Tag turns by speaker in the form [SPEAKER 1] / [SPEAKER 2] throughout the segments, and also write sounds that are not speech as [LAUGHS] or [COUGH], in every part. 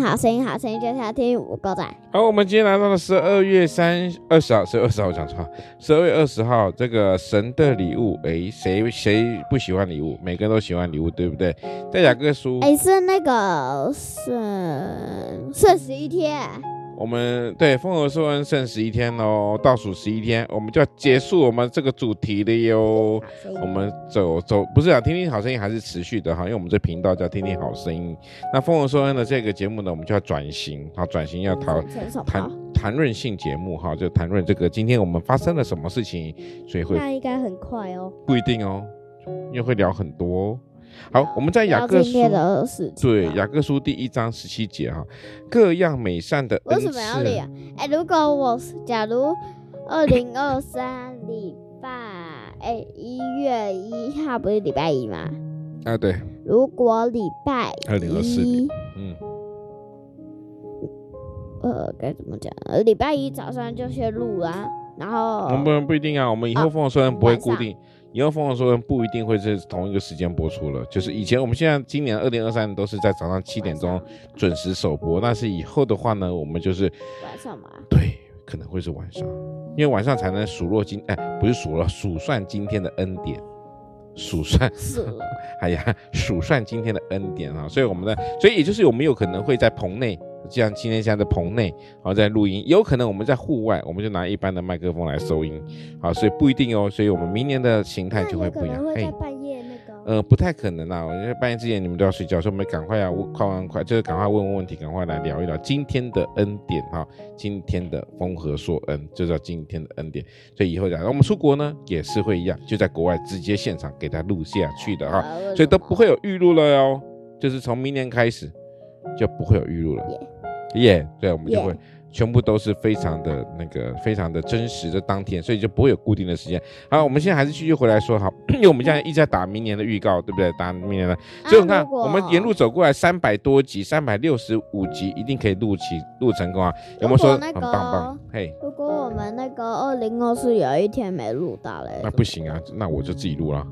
[SPEAKER 1] 好声音，好声音就是要听五狗仔。
[SPEAKER 2] 好，我们今天来到了十二月三二十号，十二十号我讲错了，十二月二十号这个神的礼物，诶，谁谁不喜欢礼物？每个人都喜欢礼物，对不对？大雅各书，
[SPEAKER 1] 哎，是那个剩剩十一天，
[SPEAKER 2] 我们对风和说恩剩十一天喽，倒数十一天，我们就要结束我们这个主题了哟。
[SPEAKER 1] 好声音
[SPEAKER 2] 我们走走，不是啊，听听好声音还是持续的哈，因为我们这频道叫听听好声音。那《风和说恩》的这个节目呢，我们就要转型，好，转型要讨
[SPEAKER 1] 成什
[SPEAKER 2] 谈
[SPEAKER 1] 么？
[SPEAKER 2] 谈论性节目哈，就谈论这个今天我们发生了什么事情，所以会
[SPEAKER 3] 那应该很快哦。
[SPEAKER 2] 不一定哦，因为会聊很多、哦。好，我们在雅
[SPEAKER 1] 聊
[SPEAKER 2] 各
[SPEAKER 1] 今
[SPEAKER 2] 书
[SPEAKER 1] 天的事
[SPEAKER 3] 啊
[SPEAKER 1] 情。
[SPEAKER 2] 对雅各书第一章十七节哈，各样美善的
[SPEAKER 1] 为
[SPEAKER 2] 恩
[SPEAKER 1] 什
[SPEAKER 2] 赐
[SPEAKER 1] 么要理啊？哎、如果我是假如二零二三礼拜哎一月一号不是礼拜一吗？
[SPEAKER 2] 啊，对，
[SPEAKER 1] 如果礼拜
[SPEAKER 2] 2024
[SPEAKER 1] 一
[SPEAKER 2] 礼嗯，
[SPEAKER 1] 呃该怎么讲？呃礼拜一早上就先录啊，然后
[SPEAKER 2] 我们不一定啊，我们以后
[SPEAKER 1] 哦
[SPEAKER 2] 凤凰说人不会
[SPEAKER 1] 晚
[SPEAKER 2] 固
[SPEAKER 1] 上
[SPEAKER 2] 定，以后凤凰说人不一定会是同一个时间播出了，就是以前我们现在今年二零二三都是在早上七点钟
[SPEAKER 1] 晚
[SPEAKER 2] 准时首播，但是以后的话呢，我们就是
[SPEAKER 1] 上
[SPEAKER 2] [LAUGHS]
[SPEAKER 1] 晚上嘛，
[SPEAKER 2] 对，可能会是晚上，因为晚上才能数落今，哎，不是数落，数算今天的恩典，数算，
[SPEAKER 1] 是了，
[SPEAKER 2] 哎呀，数算今天的恩典啊！所以我们在，所以也就是我们有可能会在棚内，就像今天现在在棚内，然后在录音，也有可能我们在户外，我们就拿一般的麦克风来收音，啊，所以不一定哦，所以我们明年的形态
[SPEAKER 3] 那
[SPEAKER 2] 就
[SPEAKER 3] 有
[SPEAKER 2] 会
[SPEAKER 3] 可
[SPEAKER 2] 不一样
[SPEAKER 3] 能，会
[SPEAKER 2] 哎
[SPEAKER 3] 在。半夜那个。
[SPEAKER 2] 呃，不太可能啦、我觉得半夜之前你们都要睡觉，所以我们赶快啊，快问快，就是赶快问问问题，赶快来聊一聊今天的恩典哈、今天的风和说恩，就叫今天的恩典。所以以后讲，我们出国呢也是会一样，就在国外直接现场给它录下去的哈、
[SPEAKER 1] 呃为
[SPEAKER 2] 所以
[SPEAKER 1] 什
[SPEAKER 2] 都
[SPEAKER 1] 么
[SPEAKER 2] 不会有预录了哟，就是从明年开始就不会有预录了。耶对，我们就会
[SPEAKER 1] Yeah
[SPEAKER 2] 全部都是非常的那个非常的真实的当天，所以就不会有固定的时间。好，我们现在还是继续回来说好，因为我们现在一直在打明年的预告，对不对？打明年的，所以你
[SPEAKER 1] 啊
[SPEAKER 2] 看
[SPEAKER 1] 如，果
[SPEAKER 2] 我们沿路走过来三百多集，三百六十五集，一定可以录起录成功啊！有没有说
[SPEAKER 1] 如果那
[SPEAKER 2] 很
[SPEAKER 1] 个
[SPEAKER 2] 棒棒？嘿，
[SPEAKER 1] 如果我们那个二零二四有一天没录到嘞，
[SPEAKER 2] 那不行啊，那我就自己录啦，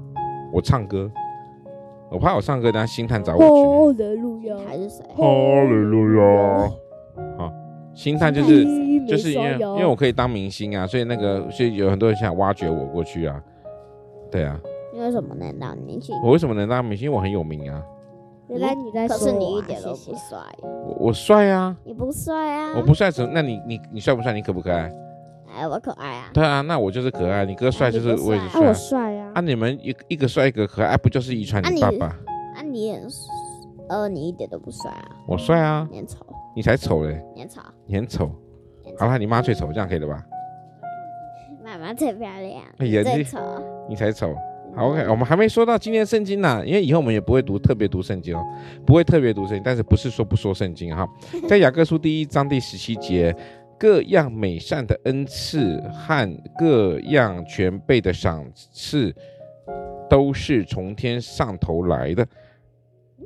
[SPEAKER 2] 我唱歌，我怕我唱歌，等下星探找我去。
[SPEAKER 3] 哦，的路呀，
[SPEAKER 1] 还是谁？
[SPEAKER 2] 哈利路亚！
[SPEAKER 3] 哎
[SPEAKER 2] 好，星探就是就是因为因为我可以当明星啊，所以那个所以有很多人想挖掘我过去啊。对啊，
[SPEAKER 1] 因为什么呢？让你去，
[SPEAKER 2] 我为什么能当明星？因为我很有名啊，
[SPEAKER 3] 原来你在
[SPEAKER 1] 可
[SPEAKER 3] 说我啊，
[SPEAKER 1] 是你一点哦都
[SPEAKER 3] 谢
[SPEAKER 1] 不
[SPEAKER 3] 谢
[SPEAKER 1] 帅，
[SPEAKER 2] 我我帅啊，
[SPEAKER 1] 你不帅啊！
[SPEAKER 2] 我不帅怎么？那你你你帅不帅？你可不可爱？
[SPEAKER 1] 哎，我可爱啊！
[SPEAKER 2] 对啊，那我就是可爱，你哥帅就是我也是
[SPEAKER 3] 啊，
[SPEAKER 2] 帅
[SPEAKER 3] 我
[SPEAKER 2] 啊。
[SPEAKER 3] 帅啊
[SPEAKER 2] 啊，，你们一一个帅一个可爱，啊不就是遗传你爸爸？
[SPEAKER 1] 啊，你很，呃，你一点都不帅啊，
[SPEAKER 2] 我帅啊，
[SPEAKER 1] 你很丑，
[SPEAKER 2] 你才丑嘞，
[SPEAKER 1] 你很丑，
[SPEAKER 2] 你很丑。
[SPEAKER 1] 你很
[SPEAKER 2] 好
[SPEAKER 1] 丑。
[SPEAKER 2] 啦，你妈最丑，这样可以了吧？
[SPEAKER 1] 妈妈最漂亮，
[SPEAKER 2] 哎呀
[SPEAKER 1] 你最
[SPEAKER 2] 你
[SPEAKER 1] 丑。嗯
[SPEAKER 2] 你才丑。好，OK，我们还没说到今天圣经呢，因为以后我们也不会读特别读圣经哦，不会特别读圣经，但是不是说不说圣经啊哈，在雅各书第一章第十七节，各样美善的恩赐和各样全备的赏赐，都是从天上头来的，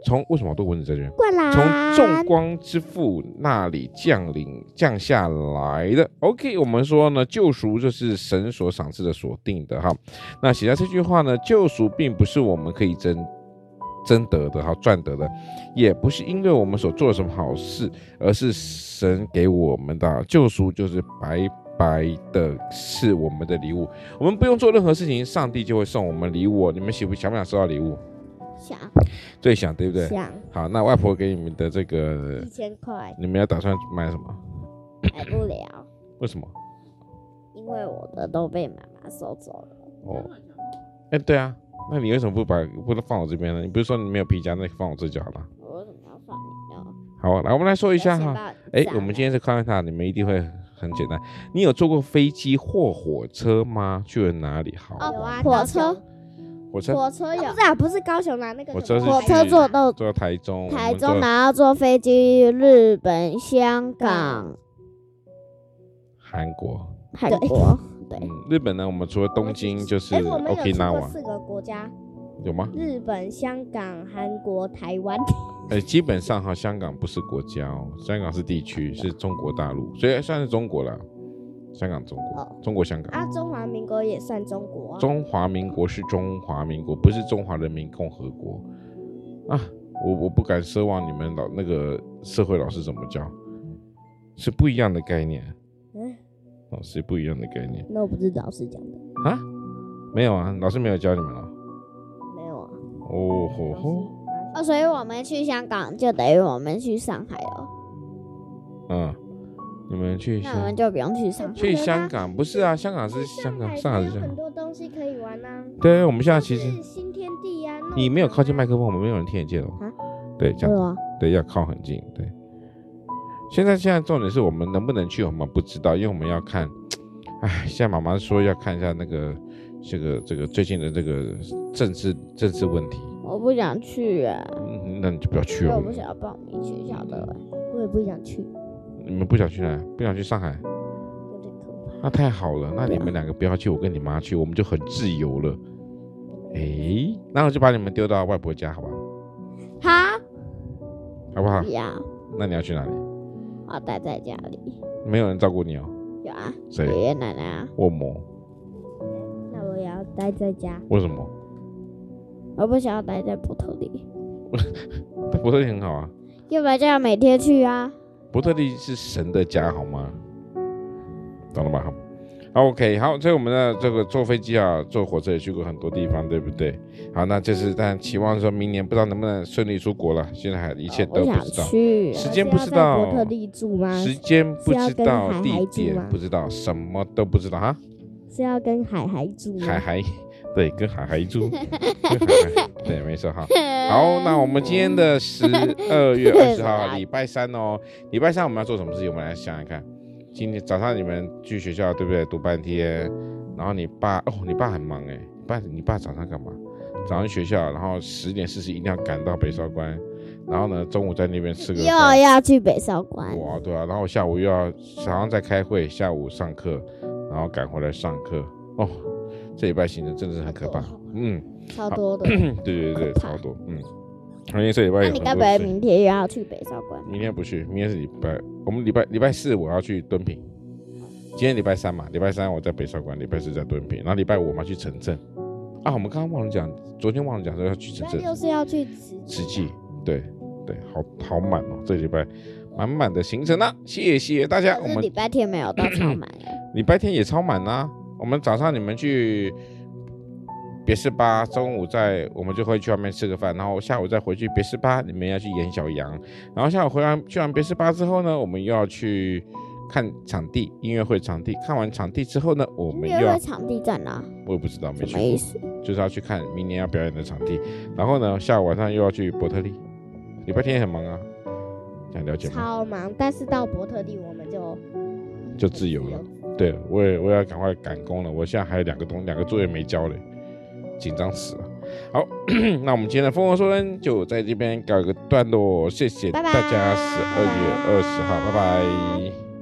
[SPEAKER 2] 从为什么我都文字在这边？
[SPEAKER 1] 过来，
[SPEAKER 2] 从众光之父那里降临降下来的。OK，我们说呢，救赎就是神所赏赐的所定的哈。那写下这句话呢，救赎并不是我们可以争争得的哈，赚得的，也不是因为我们所做了什么好事，而是神给我们的啊救赎，就是白白的是我们的礼物。我们不用做任何事情，上帝就会送我们礼物哦。你们喜不想不想收到礼物？
[SPEAKER 1] 想
[SPEAKER 2] 最想对不对？
[SPEAKER 3] 像
[SPEAKER 2] 好，那外婆给你们的这个
[SPEAKER 3] 一千块
[SPEAKER 2] 你们要打算买什么？
[SPEAKER 1] 买不了，
[SPEAKER 2] 为什么？
[SPEAKER 1] 因为我的都被妈妈收走了。
[SPEAKER 2] 哦，哎，对啊，那你为什么不把不放我这边呢？你不是说你没有皮夹，那放我这就好了。
[SPEAKER 1] 我为什么要放你呢？
[SPEAKER 2] 好，来我们来说一下哈。
[SPEAKER 1] 哈
[SPEAKER 2] 哎，我们今天是看看他，你们一定会很简单。你有坐过飞机或火车吗？去了哪里好玩？
[SPEAKER 1] 哦
[SPEAKER 3] 有啊，
[SPEAKER 1] 火
[SPEAKER 3] 高
[SPEAKER 1] 车
[SPEAKER 3] 雄
[SPEAKER 2] 火车
[SPEAKER 1] 火车
[SPEAKER 3] 啊
[SPEAKER 1] 有
[SPEAKER 3] 不是啊，不是高雄啊，那个
[SPEAKER 2] 火
[SPEAKER 3] 什
[SPEAKER 2] 车
[SPEAKER 3] 么
[SPEAKER 2] 是
[SPEAKER 1] 火
[SPEAKER 2] 去
[SPEAKER 1] 车坐到
[SPEAKER 2] 坐到台中，我
[SPEAKER 1] 台
[SPEAKER 2] 们
[SPEAKER 1] 中，
[SPEAKER 2] 坐嗯
[SPEAKER 1] 然后坐飞机日本、香港、
[SPEAKER 2] 韩国。
[SPEAKER 1] 韩国。对
[SPEAKER 2] 嗯，日本呢，我们除了东京就是
[SPEAKER 3] 哎，我们有去过
[SPEAKER 2] Okinawa，
[SPEAKER 3] 四个国家：
[SPEAKER 2] 有吗？
[SPEAKER 3] 日本、香港、韩国、台湾。
[SPEAKER 2] 呃，基本上哈，香港不是国家哦，香港是地区，是中国大陆，所以算是中国啦。香港，中国
[SPEAKER 3] 哦，
[SPEAKER 2] 中国香港，
[SPEAKER 3] 啊，中华民国也算中国啊。
[SPEAKER 2] 中华民国是中华民国，不是中华人民共和国啊。我我不敢奢望你们老那个社会老师怎么教，是不一样的概念，
[SPEAKER 3] 嗯，
[SPEAKER 2] 哦，是不一样的概念
[SPEAKER 3] 那我不是老师讲的，
[SPEAKER 2] 啊？没有啊，老师没有教你们了。
[SPEAKER 3] 没有啊。
[SPEAKER 2] 哦吼
[SPEAKER 3] 老师
[SPEAKER 2] 吼，
[SPEAKER 1] 哦，所以我们去香港就等于我们去上海了，
[SPEAKER 2] 嗯，你们去
[SPEAKER 1] 那我
[SPEAKER 2] 香
[SPEAKER 1] 们就不用去上海。
[SPEAKER 2] 去香港不是啊？香港是
[SPEAKER 3] 在
[SPEAKER 2] 香港，
[SPEAKER 3] 海
[SPEAKER 2] 上海是
[SPEAKER 3] 边
[SPEAKER 2] 香
[SPEAKER 3] 有
[SPEAKER 2] 港
[SPEAKER 3] 很。多东西可以玩啊。
[SPEAKER 2] 对，我们现在其
[SPEAKER 3] 就
[SPEAKER 2] 实
[SPEAKER 3] 是新天地呀、啊。
[SPEAKER 2] 你没有靠近麦
[SPEAKER 3] 克
[SPEAKER 2] 克风，我们没有人听得见哦
[SPEAKER 3] 啊。
[SPEAKER 2] 对，这样
[SPEAKER 1] 对
[SPEAKER 2] 子
[SPEAKER 1] 啊，
[SPEAKER 2] 对，要靠很近。对，现在现在重点是我们能不能去，我们不知道，因为我们要看。唉，现在妈妈说要看一下那个这个这个最近的这个政治政治问题，
[SPEAKER 1] 我不想去耶，
[SPEAKER 2] 嗯，那你就不要去
[SPEAKER 1] 因为
[SPEAKER 2] 了
[SPEAKER 1] 我。不想要报名去校队。
[SPEAKER 3] 我也不想去，
[SPEAKER 2] 你们不想去哪？不想去上海？
[SPEAKER 3] 有点可怕。
[SPEAKER 2] 那太好了，那你们两个不要去，我跟你妈去，我们就很自由了。诶，那我就把你们丢到外婆家，好不好？
[SPEAKER 1] 哈，
[SPEAKER 2] 好不好
[SPEAKER 1] 不？要，
[SPEAKER 2] 那你要去哪里？
[SPEAKER 1] 我待在家里。
[SPEAKER 2] 没有人照顾你哦。
[SPEAKER 1] 有啊，
[SPEAKER 2] 谁？
[SPEAKER 1] 爷爷奶奶啊，
[SPEAKER 2] 我魔？
[SPEAKER 3] 那我也要待在家，
[SPEAKER 2] 为什么？
[SPEAKER 1] 我不想要待在波特里，
[SPEAKER 2] 但伯特利很好啊，
[SPEAKER 1] 要不然就要每天去啊。
[SPEAKER 2] 伯特利是神的家，好吗？懂了吧？好，OK，好，所以我们的这个坐飞机啊，坐火车也去过很多地方，对不对？好，那这是但期望说明年不知道能不能顺利出国了，现在还一切
[SPEAKER 1] 我
[SPEAKER 2] 都不
[SPEAKER 1] 想
[SPEAKER 2] 知道，
[SPEAKER 1] 去啊，
[SPEAKER 2] 时间
[SPEAKER 3] 还
[SPEAKER 2] 不
[SPEAKER 3] 是
[SPEAKER 2] 知
[SPEAKER 3] 要在
[SPEAKER 2] 道
[SPEAKER 3] 伯特利住吗？
[SPEAKER 2] 时间不知
[SPEAKER 3] 是要跟
[SPEAKER 2] 道，
[SPEAKER 3] 海
[SPEAKER 2] 地
[SPEAKER 3] 海住
[SPEAKER 2] 点
[SPEAKER 3] 吗
[SPEAKER 2] 不知道，什么都不知道哈。
[SPEAKER 3] 是要跟海海住吗？
[SPEAKER 2] 海海， [LAUGHS] 对，跟海海住，跟海 [LAUGHS] 海，对，没错哈。好，那我们今天的 [LAUGHS] 十二月二十号，礼拜三哦，礼拜三我们要做什么事情？我们来想想看。今天早上你们去学校对不对？读半天，然后你爸哦，你爸很忙哎，你爸你爸早上干嘛？早上去学校，然后十点四十一定要赶到北少关，然后呢，中午在那边吃个
[SPEAKER 1] 又
[SPEAKER 2] 饭
[SPEAKER 1] 要去北少关，
[SPEAKER 2] 哇，对啊，然后下午又要早上在开会，下午上课，然后赶回来上课。哦，这礼拜行程真的是很可怕
[SPEAKER 1] 好多。
[SPEAKER 2] 嗯，
[SPEAKER 1] 超多的。
[SPEAKER 2] 对对对，
[SPEAKER 1] 可怕
[SPEAKER 2] 超多。嗯，因为这礼拜
[SPEAKER 1] 那
[SPEAKER 2] 有
[SPEAKER 1] 你
[SPEAKER 2] 很
[SPEAKER 1] 该不
[SPEAKER 2] 多
[SPEAKER 1] 会
[SPEAKER 2] 事。
[SPEAKER 1] 明天又要去北少关吧？
[SPEAKER 2] 明天不去，明天是礼拜，我们礼拜礼拜四我要去敦平。今天礼拜三嘛，礼拜三我在北少馆，礼拜四在敦平，然后礼拜五我们要去城镇。啊，我们刚刚忘了讲，昨天忘了讲说要去城
[SPEAKER 3] 那
[SPEAKER 2] 镇。
[SPEAKER 3] 就是要去慈济
[SPEAKER 2] 实际，对对，好好满哦，这礼拜满满的行程啊，谢谢大家，我
[SPEAKER 1] 可是
[SPEAKER 2] 们
[SPEAKER 1] 礼拜天没有
[SPEAKER 2] [CLEARS THROAT]
[SPEAKER 1] 到超满啊耶，
[SPEAKER 2] 礼拜天也超满啦、我们早上你们去别市吧，中午在我们就会去外面吃个饭，然后下午再回去别市吧，你们要去演小羊，然后下午回完去完别市吧之后呢，我们又要去看场地，音乐会场地。看完场地之后呢，我
[SPEAKER 1] 音
[SPEAKER 2] 们又
[SPEAKER 1] 乐
[SPEAKER 2] 要
[SPEAKER 1] 会场地在哪？
[SPEAKER 2] 我也不知道没
[SPEAKER 1] 嗯什
[SPEAKER 2] 去
[SPEAKER 1] 么意
[SPEAKER 2] 过，
[SPEAKER 1] 思？
[SPEAKER 2] 就是要去看明年要表演的场地。然后呢，下午晚上又要去伯特利，礼拜天也很忙啊，想了解吗？
[SPEAKER 3] 超忙，但是到伯特利我们就
[SPEAKER 2] 就自由了。对了，我也我也要赶快赶工了，我现在还有两个东两个作业没交嘞，紧张死了。好，那我们今天的疯狂说恩就在这边告一个段落，谢谢大
[SPEAKER 1] 拜拜
[SPEAKER 2] 家，十二月二十号，拜拜